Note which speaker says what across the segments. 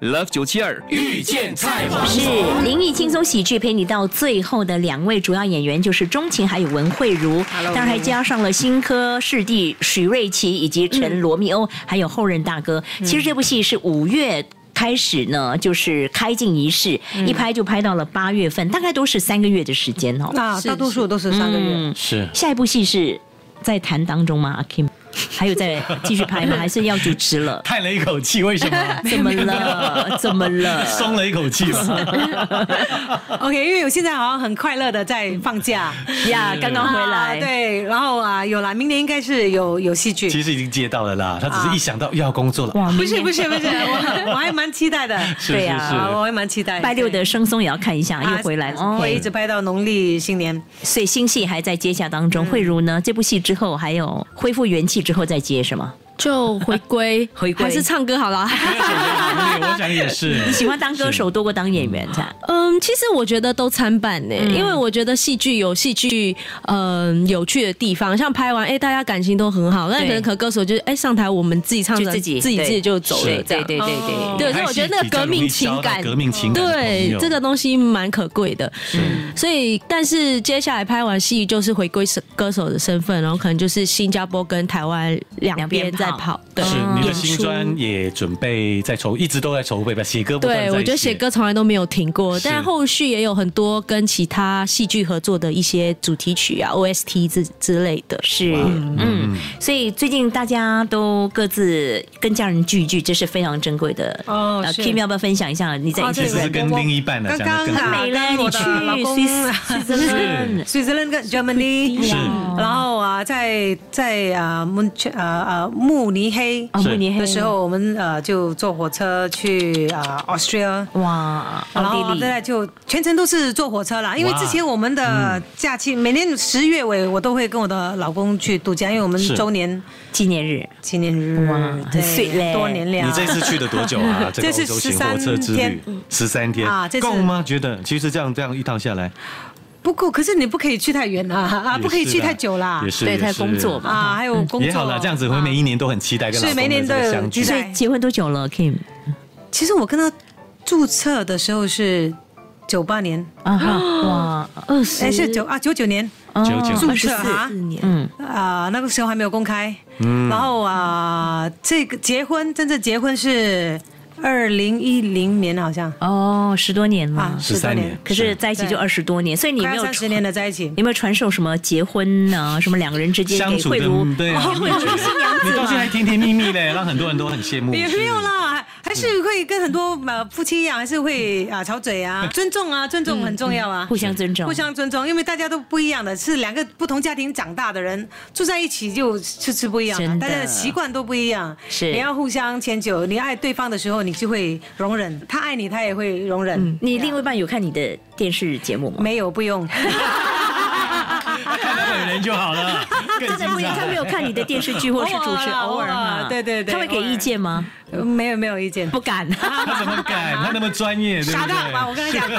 Speaker 1: Love 九七二遇见菜华
Speaker 2: 是灵异轻松喜剧陪你到最后的两位主要演员就是钟情还有文慧茹，当然还加上了新科视帝许瑞奇以及陈罗密欧，还有后任大哥。其实这部戏是五月。开始呢，就是开镜仪式，一拍就拍到了八月份，大概都是三个月的时间哦。
Speaker 3: 那
Speaker 4: 是
Speaker 3: 大多数都是三个月。
Speaker 2: 嗯，
Speaker 1: 是
Speaker 2: 下一部戏是在谈当中吗？阿 Kim，还有在继续拍吗？还是要主持 了？
Speaker 1: 叹了一口气，为什么
Speaker 2: 怎么了？怎么了？
Speaker 1: 松了一口气 吧？
Speaker 3: OK，因为我现在好像很快乐的在放假，
Speaker 2: 呀，刚 刚回来，
Speaker 3: 啊对，然后啊，有啦，明年应该是有有戏剧。
Speaker 1: 其实已经接到了啦，他只是一想到又要工作了，
Speaker 2: 哇，
Speaker 3: 不
Speaker 2: 明
Speaker 3: 是
Speaker 2: 年
Speaker 3: 不是不是，我我还蛮期 待的，
Speaker 1: 是
Speaker 2: 对
Speaker 1: 是
Speaker 2: 呀
Speaker 3: 啊，我
Speaker 1: 是，
Speaker 3: 还蛮期待。
Speaker 2: 拜六的生松也要看一下，
Speaker 3: 啊
Speaker 2: 又回来了。
Speaker 3: 我一
Speaker 2: 哦，
Speaker 3: 直拍到农历新年。
Speaker 2: 所以新戏还在接下当中。慧茹呢，这部戏之后还有恢复元气之后再接是吗？
Speaker 4: 就回归
Speaker 2: 回归
Speaker 4: 还是唱歌 好了。
Speaker 1: 我想也是，
Speaker 2: 喜欢当歌手多过当演员，这样
Speaker 4: 嗯，其实我觉得都参半呢、
Speaker 2: 嗯
Speaker 4: 因为我觉得戏剧有戏剧，嗯、有趣的地方。像拍完，哎、大家感情都很好，那
Speaker 2: 对
Speaker 4: 可能可歌手就是，哎、上台我们自己唱
Speaker 2: 就
Speaker 4: 着，
Speaker 2: 自己
Speaker 4: 自己
Speaker 2: 对
Speaker 4: 自己就走了
Speaker 2: 对，
Speaker 4: 这
Speaker 2: 对
Speaker 4: 样
Speaker 2: 对对对。
Speaker 4: 对，所以我觉得那个革命情
Speaker 1: 还是比较容易交到
Speaker 4: 感，
Speaker 1: 革命情感的朋
Speaker 4: 对
Speaker 1: 友
Speaker 4: 这个嗯东西蛮可贵的。所以，但是接下来拍完戏就是回归歌手的身份，然后可能就是新加坡跟台湾两边在跑。对，
Speaker 1: 是你的
Speaker 4: 演
Speaker 1: 新
Speaker 4: 出。
Speaker 1: 专也准备在筹，一直都在筹备吧，写歌不断
Speaker 4: 对，
Speaker 1: 在
Speaker 4: 我觉得写歌从来都没有停过，
Speaker 1: 是
Speaker 4: 但后续也有很多跟其他戏剧合作的一些主题曲啊、OST 之之类的。
Speaker 2: 是，嗯，所以最近大家都各自跟家人聚一聚，这是非常珍贵的。
Speaker 3: 哦
Speaker 2: 呃
Speaker 3: 是
Speaker 2: ，Kim 要不要分享一下你在
Speaker 3: 哦
Speaker 2: 一
Speaker 1: 其
Speaker 2: 起
Speaker 3: 对
Speaker 1: 实是跟另一半呢
Speaker 3: 刚
Speaker 1: 讲的
Speaker 3: 刚
Speaker 1: 更
Speaker 3: 啊
Speaker 2: 美嘞
Speaker 3: 跟我的老
Speaker 2: 你
Speaker 3: 公
Speaker 2: 去 Switzerland
Speaker 3: 瑞士跟 Germany，
Speaker 1: 是
Speaker 3: 然后啊，在在啊慕啊啊慕尼黑
Speaker 2: 啊，慕尼黑
Speaker 3: 的时候，我们呃就坐火车去啊 Austria。
Speaker 2: 哇，
Speaker 3: 然后
Speaker 2: 奥地
Speaker 3: 现
Speaker 2: 利
Speaker 3: 在就全程都是坐火车啦，因为
Speaker 1: 哇嗯
Speaker 3: 之前我们的假期每年十月尾我都会跟我的老公去度假，因为我们
Speaker 1: 是
Speaker 3: 周年
Speaker 2: 纪念日，
Speaker 3: 纪念日，
Speaker 2: 哇
Speaker 3: 对
Speaker 2: 很 sweet 嘞
Speaker 3: 多年了。
Speaker 1: 你这次去了多久啊？这个
Speaker 3: 这是
Speaker 1: 欧洲行火车之
Speaker 3: 13
Speaker 1: 旅
Speaker 3: 天
Speaker 1: 十三天
Speaker 3: 啊这次
Speaker 1: 够吗？觉得其实这样这样一趟下来，
Speaker 3: 不过可是你不可以去太远啦，啊，
Speaker 1: 也
Speaker 3: 不可以
Speaker 1: 是
Speaker 3: 去
Speaker 1: 啦
Speaker 3: 太久啦
Speaker 1: 也，是
Speaker 2: 对
Speaker 1: 也
Speaker 2: 他
Speaker 1: 是
Speaker 2: 工作嘛
Speaker 3: 啊，还有工作
Speaker 1: 也好了，这样子会
Speaker 3: 啊
Speaker 1: 每一年都很期待跟老
Speaker 3: 是
Speaker 1: 公
Speaker 3: 每
Speaker 1: 的
Speaker 3: 年
Speaker 1: 这个
Speaker 3: 都有
Speaker 1: 相聚
Speaker 3: 期。
Speaker 2: 所
Speaker 3: 待
Speaker 2: 以哎结婚多久了，Kim？
Speaker 3: 其实我跟他注册的时候是九八年，
Speaker 2: 啊哈，
Speaker 4: 二十
Speaker 3: 哎是九啊九九年
Speaker 2: 哇，
Speaker 1: 九九
Speaker 2: 哦
Speaker 3: 注
Speaker 4: 四
Speaker 3: 册啊
Speaker 4: 年，
Speaker 2: 嗯，
Speaker 3: 啊、那个时候还没有公开，然后啊、这个结婚真正结婚是二零一零年好像
Speaker 2: 哦，十多年了
Speaker 3: 啊，
Speaker 1: 十
Speaker 3: 十
Speaker 1: 三
Speaker 3: 多
Speaker 1: 年
Speaker 3: 年，
Speaker 2: 可是在一起就
Speaker 3: 对
Speaker 2: 二十多年，所以你有
Speaker 3: 快
Speaker 2: 没
Speaker 3: 要
Speaker 2: 有
Speaker 3: 三十
Speaker 2: 传
Speaker 3: 年了在一起
Speaker 2: 你。有没有传授什么结婚呢？什么两个人之间
Speaker 1: 相
Speaker 2: 给
Speaker 1: 处
Speaker 2: 慧茹
Speaker 1: 跟对啊，
Speaker 2: 给慧
Speaker 3: 哦
Speaker 2: 茹是新娘
Speaker 1: 你
Speaker 2: 子
Speaker 1: 到现在
Speaker 2: 嘛？
Speaker 1: 还甜甜蜜蜜的，让很多人都很羡慕。
Speaker 3: 也
Speaker 1: 是
Speaker 3: 没有啦，还是会跟很多呃夫妻一样，还是会啊吵嘴
Speaker 2: 嗯
Speaker 3: 啊，尊重啊，尊重很重要啊，
Speaker 2: 互相尊重，
Speaker 3: 互相尊重，因为大家都不一样的，是两个不同家庭长大的人住在一起就就是不一样
Speaker 2: 真
Speaker 3: 了，
Speaker 2: 的
Speaker 3: 大家的习惯都不一样。
Speaker 2: 是
Speaker 3: 你要互相迁就，你爱对方的时候，你就会容忍；他爱你，他也会容忍。
Speaker 2: 你另外一半有看你的电视节目吗？
Speaker 3: 没有不 用，
Speaker 1: 看他本人就好 了，
Speaker 3: 啊
Speaker 1: 更
Speaker 2: 真的不
Speaker 1: 精
Speaker 2: 一样，他没
Speaker 1: 彩。
Speaker 2: 有看你的电视剧或是主持，偶
Speaker 3: 偶
Speaker 2: 尔
Speaker 3: 尔啦偶
Speaker 2: 哈
Speaker 3: 尔，对对对
Speaker 2: 他会给意见吗？
Speaker 3: 没有没有意见。
Speaker 2: 不 敢，
Speaker 1: 他怎么敢？他那么专业，对不
Speaker 3: 傻蛋吧，我
Speaker 1: 对？
Speaker 3: 跟你讲，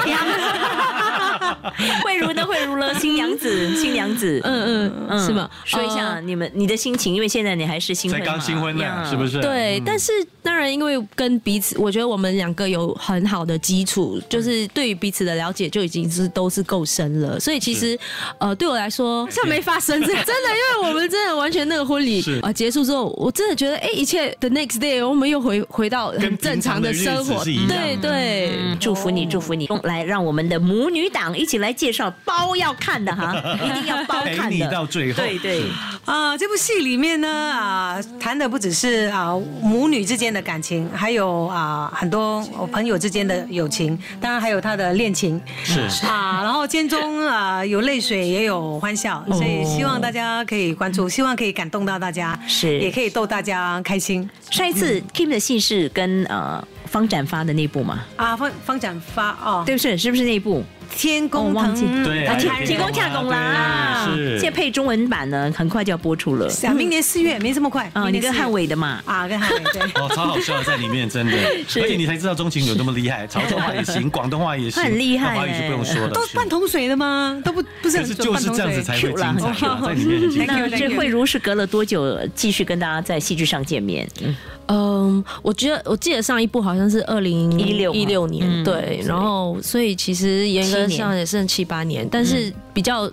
Speaker 2: 慧茹呢？慧茹呢？新娘子，新娘子，
Speaker 4: 嗯嗯嗯，是吗？
Speaker 2: 说一下
Speaker 4: 呃
Speaker 2: 你们你的心情，因为现在你还是新婚
Speaker 1: 才
Speaker 2: 嘛，
Speaker 1: 刚新婚呢，
Speaker 2: 呀
Speaker 1: 是不是？
Speaker 4: 对，但是当然，因为跟彼此，我觉得我们两个有很好的基础，就是对于彼此的了解就已经是都是够深了。所以其实，呃，对我来说像没发生这真的，因为我们真的完全那个婚礼
Speaker 1: 是
Speaker 4: 啊、呃结束之后，我真的觉得哎，一切 the next day 我们又回回到很正常的生活，
Speaker 1: 跟平常的日
Speaker 4: 对
Speaker 1: 子
Speaker 4: 对。
Speaker 2: 嗯祝福你，祝福你！来，让我们的母女党一起来介绍包要看的 哈，一定要包
Speaker 1: 陪
Speaker 2: 看
Speaker 1: 你
Speaker 2: 的。
Speaker 1: 到最后，
Speaker 2: 对对
Speaker 1: 是，
Speaker 3: 啊、这部戏里面呢，啊、谈的不只是啊、母女之间的感情，还有啊、很多朋友之间的友情，当然还有他的恋情。
Speaker 1: 是
Speaker 3: 啊，然后间中啊有泪水也有欢笑，
Speaker 2: 哦
Speaker 3: 所以希望大家可以关注，希望可以感动到大家，
Speaker 2: 是
Speaker 3: 也可以逗大家开心
Speaker 2: 上一次 Kim 的戏是跟呃方展发的那部嘛，
Speaker 3: 啊。方方展发哦，
Speaker 2: 对不是？是不是那部？
Speaker 3: 天
Speaker 2: 哦
Speaker 3: 公
Speaker 2: 忘记
Speaker 3: 疼，
Speaker 1: 对，
Speaker 2: 啊，
Speaker 1: 还
Speaker 2: 提
Speaker 1: 有天
Speaker 2: 提供洽
Speaker 1: 啊
Speaker 2: 公啦，
Speaker 1: 对是
Speaker 2: 现在配中文版呢，很快就要播出了。
Speaker 3: 啊，明年四月没这么快
Speaker 2: 嗯啊，
Speaker 3: 明
Speaker 2: 你
Speaker 3: 年
Speaker 2: 跟
Speaker 3: 四月
Speaker 2: 汉伟的嘛，
Speaker 3: 啊，跟汉伟
Speaker 1: 。
Speaker 3: 对
Speaker 1: 哦，超好笑的在里面，真的。 而且你才知道钟情有那么厉害，潮州话也行，广东话也行，
Speaker 2: 他很厉害
Speaker 1: 那华语就不用说了。
Speaker 3: 欸都
Speaker 1: 是
Speaker 3: 半桶水的吗？都不不是
Speaker 1: 可
Speaker 3: 很
Speaker 1: 是
Speaker 3: 准
Speaker 1: 就是这样子
Speaker 3: 半桶水
Speaker 1: 才会
Speaker 2: Q 啦
Speaker 1: 精 彩啊，在里面很精彩。
Speaker 3: Thank
Speaker 2: 那
Speaker 3: you，thank
Speaker 2: 这
Speaker 3: you
Speaker 2: 慧茹是隔了多久继续跟大家在戏剧上见面？嗯
Speaker 4: 嗯，我觉得我记得上一部好像是二零
Speaker 2: 16
Speaker 4: 一六年，
Speaker 2: 嗯
Speaker 4: 对，
Speaker 2: 所以
Speaker 4: 然后所以其实严格
Speaker 2: 七年嗯
Speaker 4: 上也剩七八年，但是比较、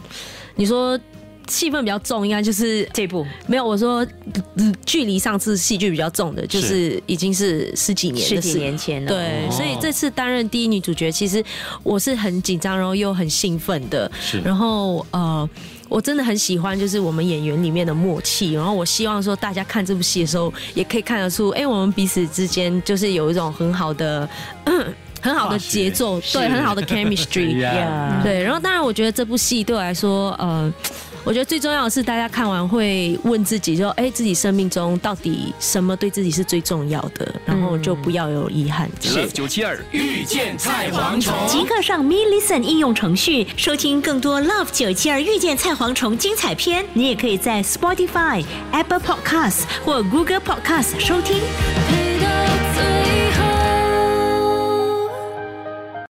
Speaker 4: 你说戏份比较重，应该就是
Speaker 2: 这部
Speaker 4: 没有我说嗯距离上次戏剧比较重的，就是已经是十几年
Speaker 2: 十
Speaker 4: 的
Speaker 2: 几
Speaker 4: 事。
Speaker 2: 年前了，
Speaker 4: 对，
Speaker 1: 哦
Speaker 4: 所以这次担任第一女主角，其实我是很紧张，然后又很兴奋的。
Speaker 1: 是
Speaker 4: 然后呃，我真的很喜欢就是我们演员里面的默契，然后我希望说大家看这部戏的时候，也可以看得出，哎、我们彼此之间就是有一种很好的。嗯很好的
Speaker 1: 化学
Speaker 4: 节奏，对，很好的 chemistry，
Speaker 1: 呀
Speaker 2: 呀，
Speaker 4: 对，然后当然，我觉得这部戏对我来说，呃，我觉得最重要的是大家看完会问自己就，哎，自己生命中到底什么对自己是最重要的，然后
Speaker 1: 嗯
Speaker 4: 就不要有遗憾。这样
Speaker 5: ，Love 九七二遇见菜蝗虫。
Speaker 2: 即刻上 Me Listen 应用程序收听更多 Love 九七二遇见菜蝗虫精彩片。你也可以在 Spotify、Apple Podcasts 或 Google Podcasts 收听。
Speaker 6: 陪